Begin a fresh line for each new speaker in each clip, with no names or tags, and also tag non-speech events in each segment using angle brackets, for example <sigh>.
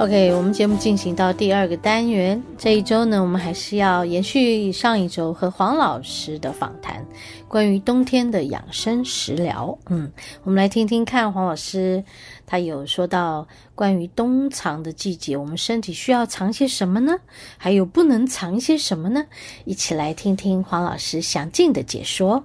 OK，我们节目进行到第二个单元，这一周呢，我们还是要延续上一周和黄老师的访谈，关于冬天的养生食疗。嗯，我们来听听看黄老师，他有说到关于冬藏的季节，我们身体需要藏些什么呢？还有不能藏些什么呢？一起来听听黄老师详尽的解说。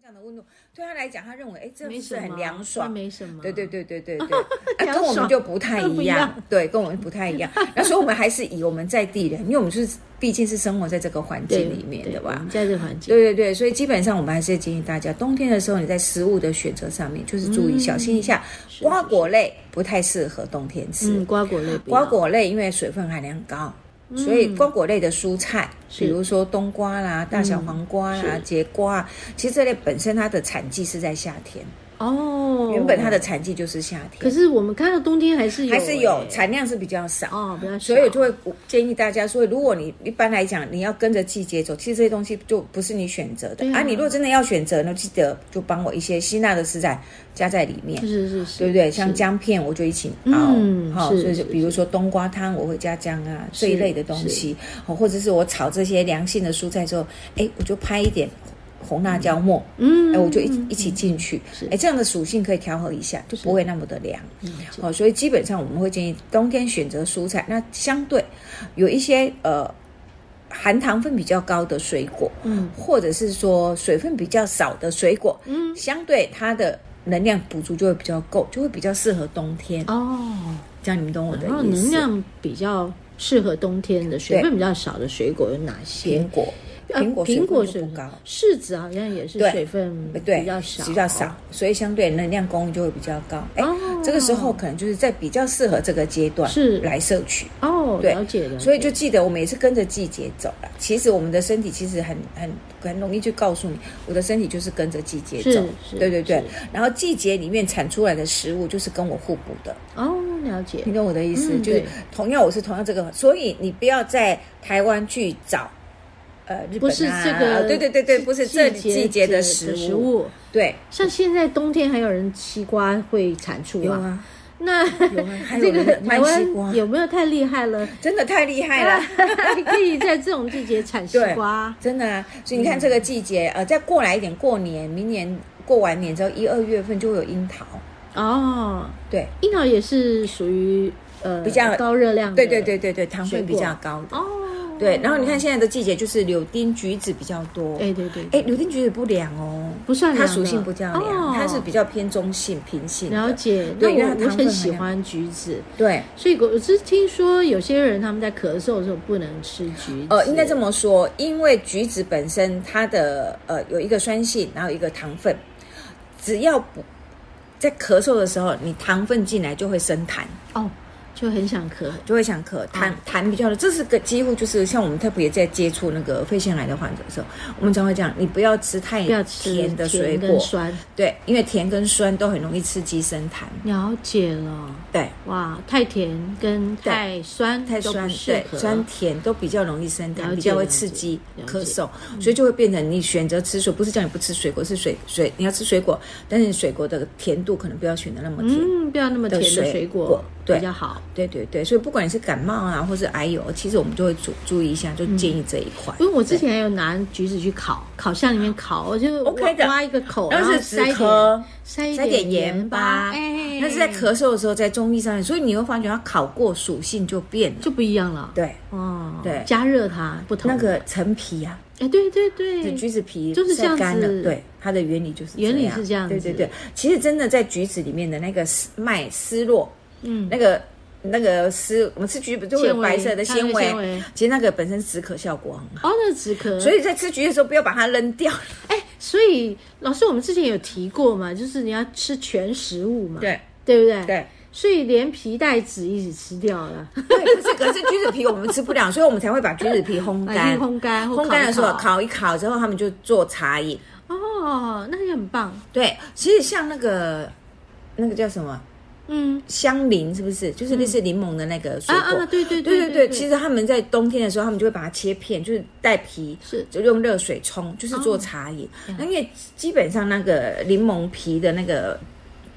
这样的温度对他来讲，他认为哎，这
没
样
什
是
么，
很凉爽
那。没什么。
对对对对对
<laughs>
对，啊、
凉
跟我们
爽
就不太
不
一
一
样
样，
对，跟我们不太一样。那所以我们还是以我们在地人，因为我们就是毕竟是生活在这个环
对，
境里面的
对我
吧
们。在这个环境，
对对对，所以基本上我们还是建议大家，冬天的时候你在食物的选择上面，就是注意、小心一下，
嗯是
瓜果类不太适合冬天吃。
嗯，瓜果类不要，
瓜果类因为水分含量高，所以瓜果类的蔬菜，
嗯是
比如说冬瓜啦、大小黄瓜啦、
是
节瓜啊，其实这类本身它的产季是在夏天，
哦，
原本它的产季就是夏
可
天，
是我们看到冬天还是有、
还是有
哎
产量是比较少。
哦，比较少，
所以我就会建议大家说，如果你一般来讲你要跟着季节走，其实这些东西就不是你选择的
对啊
啊。你如果真的要选择呢，记得就帮我一些辛辣的食材加在里面。
是是是，
对不对？
是
像姜片，我就一起熬，
嗯
好、
是
所以就是比如说冬瓜汤，我会加姜啊
是
这一类的东西，好，或者是我炒这些凉性的蔬菜之后，哎，我就拍一点红辣椒末，
嗯，
哎、我就一
嗯
一起进去
是，
哎，这样的属性可以调和一下，就不会那么的凉。
嗯
好、所以基本上我们会建议冬天选择蔬菜，那相对有一些呃含糖分比较高的水果，
嗯，
或者是说水分比较少的水果，
嗯，
相对它的能量补足就会比较够，就会比较适合冬天。
哦，
这样你们懂我的
然后
意
能
思？
量比较适合冬天的水
对
分比较少的水果有哪些
苹？果，
呃
苹果水
苹果
分就
水
不高，
柿子好像也是
对哎
水分
对，
比较少，
比较少，所以相对能量供应就会比较高。哎、
哦
这个时候可能就是在比较适合这个阶段
是
来摄取。
哦，
对
了解了解，
所以就记得，我们也是跟着季节走了。其实我们的身体其实很很很容易去告诉你，我的身体就是跟着季节
是
走。
是
对对对
是。
然后季节里面产出来的食物就是跟我互补的，
哦了解
你，懂我的意思？
嗯
就是
对
同样我是同样这个，所以你不要在台湾去找。呃，日本啊，
不是这个，
对对对对，不是这里季节的
食
食物，
物。
对，
像现在冬天还有人西瓜会产出
有
啊，
啊，
那
有啊还有
这个
人卖
台
西瓜
湾有没有太厉害了？
真的太厉害
啊
了。
你 <laughs> 可以在这种季节产西瓜，
真的啊，所以你看这个季节，呃，再过来一点，过年、明年过完年之后，一二月份就会有樱桃，
哦，
对，
樱桃也是属于呃
比较
高热量的，
对对对对对，糖分比较高的，
哦，
对。然后你看现在的季节就是柳丁、橘子比较多，
哎对对，
哎，柳丁、橘子不凉哦，
不算
它
凉的
属性不叫凉，
哦
它是比较偏中性、平性的。
了解，那
对因为它
我我
糖分
很
很
喜欢橘子，
对，
所以我只是听说有些人他们在咳嗽的时候不能吃橘子，
呃，应该这
么
么说，因为橘子本身它的呃有一个酸性，然后一个糖分，只要不在咳嗽的时候，你糖分进来就会生痰。
哦，就很想咳，
就会想咳
嗯
痰痰比较多，这是个几乎就是像我们特别在接触那个肺腺癌的患者的时候，我们常会讲，你不要吃太
不要吃
甜的水
甜
果
跟，酸，
对，因为甜跟酸都很容易刺激生痰，
了解了。
对，
哇，太甜跟
对
太酸
太
都不
酸，
适
对，
合
酸甜都比较容易生
了
痰，
解
比较会刺激
了解嗯
咳嗽，所以就会变成你选择吃水，不是叫你不吃水果，是水水你要吃水果，但是水果的甜度可能不要选的那么甜，
嗯，不要那么甜
的
的
水
水果
果对
比较好。
对对对，所以不管你是感冒啊，或是癌友，其实我们就会注注意一下，就建议这一块。
因为我之前还有拿橘子去烤，烤箱里面烤，我就
OK 的
挖挖一个口，
然
哦然
后
后
是止
塞一点
咳，
塞一
塞点盐
巴，
巴，
哎，
那是在咳嗽的时候，在中医上面，所以你会发觉它烤过属性就变了。
就不一样了。
对，
哦，
对
加热它不同。
那，个陈皮啊，
哎，对对
就
对，
橘子皮
就是这样
晒干了
子，
对，它的原理就是这样
原理是这样子
对对对，其实真的在橘子里面的那个丝麦丝络，
嗯，
那个那个丝，我们吃橘子就会有白色的纤
纤维它那个纤维
其实那个本身止咳效果很好，
哦，那止咳，
所以在吃橘子的时候不要把它扔掉。
哎，所以老师，我们之前有提过嘛，就是你要吃全食物嘛，
对
对不对？
对， <laughs>
所以连皮带籽一起吃掉了，
对，可是可是橘子皮我们吃不了，所以我们才会把橘子皮烘
把 <laughs>
干。
它烘干或
烘干的时候
烤一烤
烤一烤之后，他们就做茶饮。
哦，那也很棒。
对，其实像那个那个叫什么
嗯，
香柠，是不是就是类似柠檬的那个水
啊
果？
啊，对对对
对对
对
对，其实他们在冬天的时候，他们就会把它切片，就是带皮，
是
就用热水冲，就是做茶
哦
饮。
嗯
那、因为基本上那个柠檬皮的那个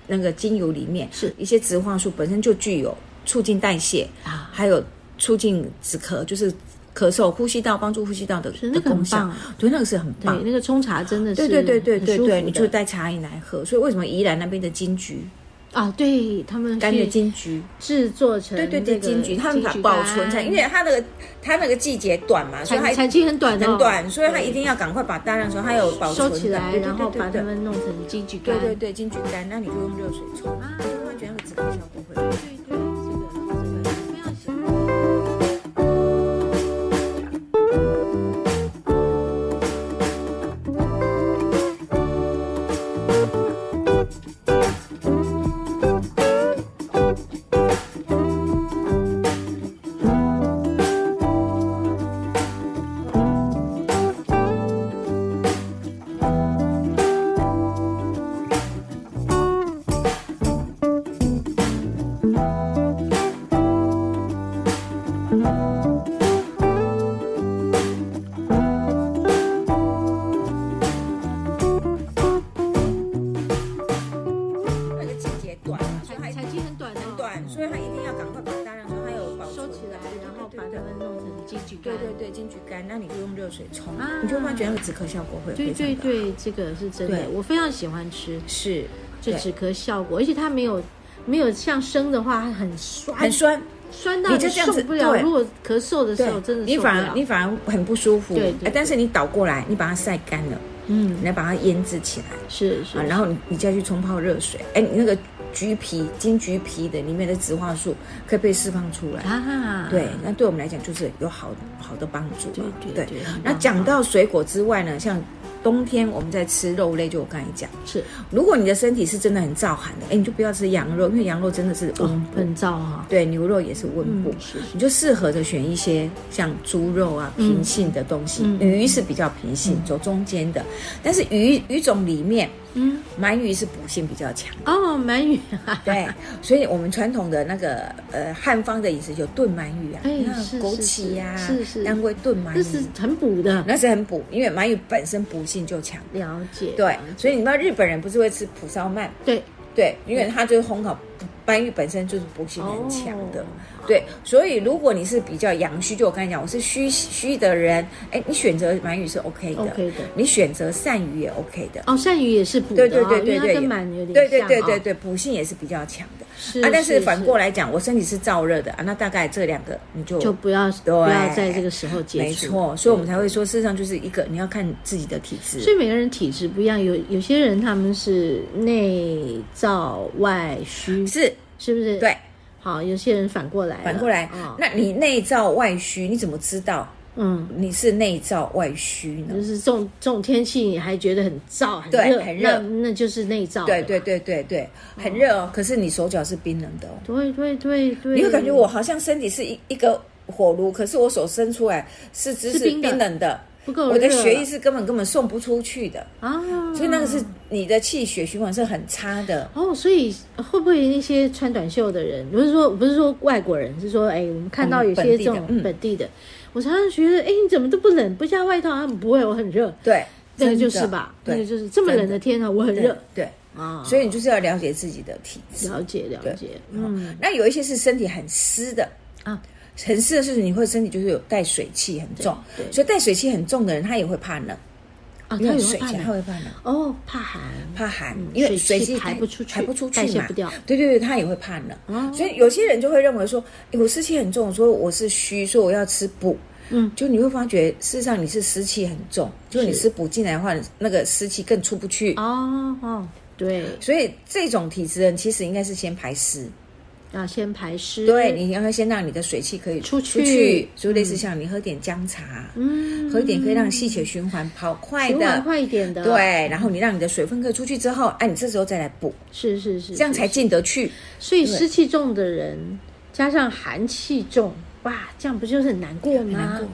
那个精油里面，
是
一些植化素本身就具有促进代谢，
啊
还有促进止咳，就是咳嗽、呼吸道帮助呼吸道的
是那
的
个很
功效
棒。
对，那个是很棒
对，。那个冲茶真的
对
是
对对对对
很舒服
对，
的
你就带茶饮来喝。所以为什么宜兰那边的金桔，
啊，对他们
干的
去
金桔，
制作成
对对
那
对，
个
金桔，他们把
桔
保存在，
干
因为它那个它那个季节短嘛，所以它
产产期很短哦，
很短，所以它一定要赶快把大量的时候它有保存
收
的
起来，
对对
然后
对
把
对
它们弄成金桔
对
干。
对对金桔干，那你就用热水冲啊，就会觉得那个止咳效果会很好。
对对，这个这个不要想。
那个季节短嘛，所以它
产产期很短哦，
很短，所以它一定要赶快把大量的时候它有保存
收起来，然后
对
把
对
它
对
们弄成金桔
对。
干
对对金桔干，那你就用热水冲
啊，
你就会觉得那个止咳效果会非
对
常
对
的好。
对，这个是真的
对，
我非常喜欢吃，
是，
就
对
止咳效果，而且它没有没有像生的话它很酸，
很酸，
酸到
你就这样
受
子
不了。
对
如果咳嗽的时
对
候，真的
你
受不
反而
了
你。反而很不舒服。
对对
哎但是你倒过来，你把它晒干了，
嗯，
你要把它腌制起来。
是是
啊，，然后你你再去冲泡热水，哎，你那个橘皮、金橘皮的里面的植化素可以被释放出来。
啊，
对，那对我们来讲就是有好好的帮助嘛。
对对对
那讲到水果之外呢，像冬天我们在吃肉类，就我刚才讲，
是
如果你的身体是真的很燥寒的，哎，你就不要吃羊肉，因为羊肉真的是
哦
温补。
很燥哈，
对，牛肉也是温补。
嗯是
你就适合的选一些像猪肉啊平性的东西，
嗯
鱼是比较平性、走中间的，但是鱼鱼种里面
嗯，
鳗鱼是补性比较强，
哦，鳗鱼啊，
对， <laughs> 所以我们传统的那个呃汉方的饮食有炖鳗鱼啊，
哎
那
是
枸
是
杞呀、
是是
当归炖鳗
这是
鱼，
很补的，
那是很补，因为鳗鱼本身补性就强。
了解，
对，所以你知道日本人不是会吃蒲烧鳗？
对，
对，因为它就是烘烤，鳗鱼本身就是补性很强的。
哦
对，所以如果你是比较阳虚，就我刚才讲，我是虚虚的人，哎，你选择鳗鱼是 OK 的
OK 的
你选择鳝鱼也 OK 的。
哦，鳝鱼也是补的
对
哦，
对对对
因为
对，
它跟鳗鱼有点
对对
像
对
哦
对对，补性也是比较强的。
是
啊，但是反过
来
来讲，我身体是燥热的啊，那大概这两个你就
就不要不要在这个时候接触，嗯
没错，所以我们才会说，事实上就是一个你要看自己的体质，
所以每个人体质不一样，有有些人他们是内燥外虚，
是
是不是？
对，
好，有些人反过来了，
反过来
哦，
那你内燥外虚，你怎么知道
嗯，
你是内燥外虚呢
就？是这种这种天气你还觉得很燥很
对
热，
很热
那那就是内燥，
对对，对对对，很热哦，可是你手脚是冰冷的哦，
对对对对，
你会感觉我好像身体是一一个火炉，可是我手伸出来，四肢
是
是
冰的
冰冷的，
不够热，
我的血液是根本根本送不出去的，
啊，
所以那个是你的气血循环是很差的。
哦，所以会不会那些穿短袖的人，不是说不是说外国人，是说哎，我们看到有
我们
些
本地
这
的
种
嗯
本地的，我常常觉得哎，你怎么都不冷，不加外套，他们不会，我很热，
对，
那个就
真
是
的
吧，那
对，
个就是这么冷的天啊，我很
对
热
对，
啊，
所以你就是要了解自己的体质。
了解了解，嗯
那有一些是身体很湿的，
啊，
很湿的是你会身体就是有带水气很重，
对对
所以带水气很重的人他也会怕冷，
啊，
因
他
为
有
水
怕
气他
冷
会怕冷。
哦，怕寒，
怕寒
嗯，
因为
水
水
气
气
排
带
不出去
排不出去
代谢
嘛
不掉
对对对，他也会怕冷，
哦
所以有些人就会认为说，诶我湿气很重，所以我是虚，所以我要吃补。
嗯，
就你会发觉，事实上你是湿气很重，就是你
是
吃补进来的话，那个湿气更出不去。
哦哦，对，嗯
所以这种体质的人其实应该是先排湿，
要先排湿，
对，你要先让你的水汽可以
出
去，
去
所以类似像你喝点姜茶，
嗯，
喝一点可以让气血循环跑快
循环
的，
快一点的，，
对，然后你让你的水分可以出去之后，哎、你这时候再来补，
是是是，
这样才
是
进得去。
所以
对
湿气重的人加上寒气重，哇，这样不就是很难过吗？
难过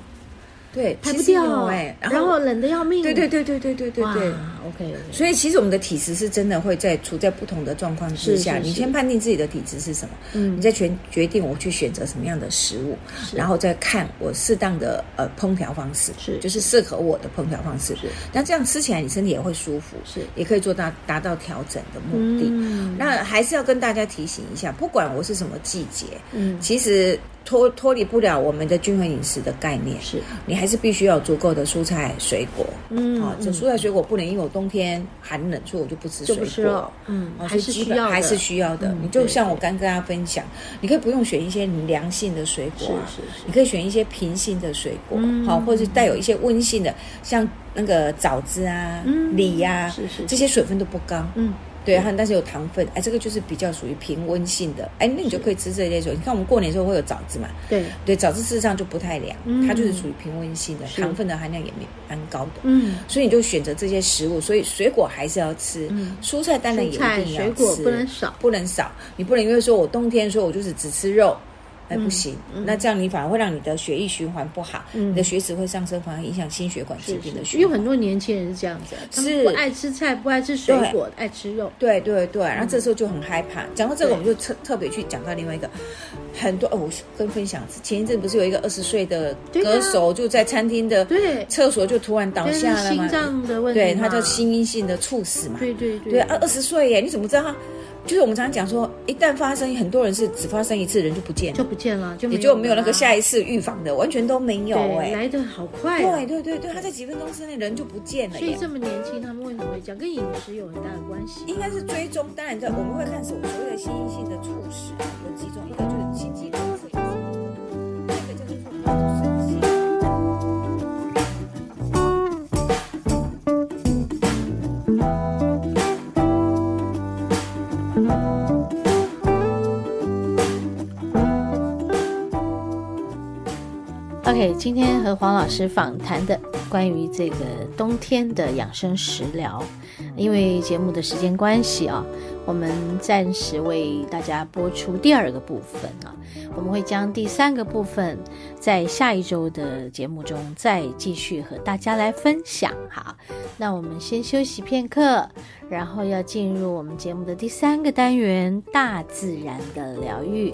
对，
排
其
不
实有
掉，
哎、
然后冷的要命，
对对对对对对对
哇
对。
，OK，
所以其实我们的体质是真的会在处在不同的状况之下，
是是是
你先判定自己的体质是什么，你
嗯，
再决决定我去选择什么样的食物，
是
然后再看我适当的呃烹调方式，
是
就是适合我的烹调方式
是。
那这样吃起来你身体也会舒服，
是
也可以做到达到调整的目的。
嗯，
那还是要跟大家提醒一下，不管我是什么季节，
嗯
其实脱脱离不了我们的均衡饮食的概念，
是，
你还是必须要有足够的蔬菜水果。
嗯，
啊，这
嗯
蔬菜水果不能因为我冬天寒冷，所以我就不吃水
就
果。
不吃了，嗯，
哦
还
所
是
以基
需
本
要的，
还是需要的。
嗯
你就
对
像我
对
刚跟大家分享，你可以不用选一些你凉性的水
是
果啊，
是是
你可以选一些平性的水果，好、
嗯
或者是带有一些温性的，像那个枣子啊、
嗯
李呀、
是是
这些水分都不高，
嗯，
对，它但是有糖分，哎，这个就是比较属于平温性的，哎，那你就可以吃这类水果。你看我们过年的时候会有枣子嘛，
对，
对，枣子事实上就不太凉，
嗯
它就是属于平温性的，
是
糖分的含量也没蛮高的。
嗯，
所以你就选择这些食物，所以水果还是要吃，
嗯
蔬菜当然也一
蔬菜
定要
水
吃，
果不能少，
不能少，你不能因为说我冬天说我就是只吃肉，哎、不行、那这样你反而会让你的血液循环不好，
嗯
你的血脂会上升，反而影响心血管疾
是
病的
是，
循
因为
环
很。多年轻人是这样子啊，他们
是
不爱吃菜，不爱吃水
对
果，爱吃肉，
对对对，然后
嗯
这时候就很害怕。讲到这个，
对
我们就特特别去讲到另外一个，很多哦，我跟分享
啊
前一阵不是有一个二十岁的
对啊
歌手就在餐厅的
对，
厕所就突然倒
但是
下了嘛
心，脏的问题嘛，
对，他叫心因性的猝死嘛，
对对对
对啊，二十岁耶，你怎么知道他？就是我们常常讲说，一旦发生，很多人是只发生一次人就不见
就
了，
不见了，就
也就没有那
了
个
啊
下一次预防的，完全都没有
对，
哎。
来的好快啊，
对对对对，他在几分钟之内人就不见了
所以
耶。
这么年轻，他们为什么会这样？跟饮食有很大的关系。
应该是追踪，当然在我们会看所所谓的心因性的猝死有几种，一个就是心肌梗塞，那个叫做猝死就是心肌梗塞。
OK，今天和黄老师访谈的关于这个冬天的养生食疗，因为节目的时间关系啊，我们暂时为大家播出第二个部分啊，我们会将第三个部分在下一周的节目中再继续和大家来分享哈。那我们先休息片刻，然后要进入我们节目的第三个单元——大自然的疗愈。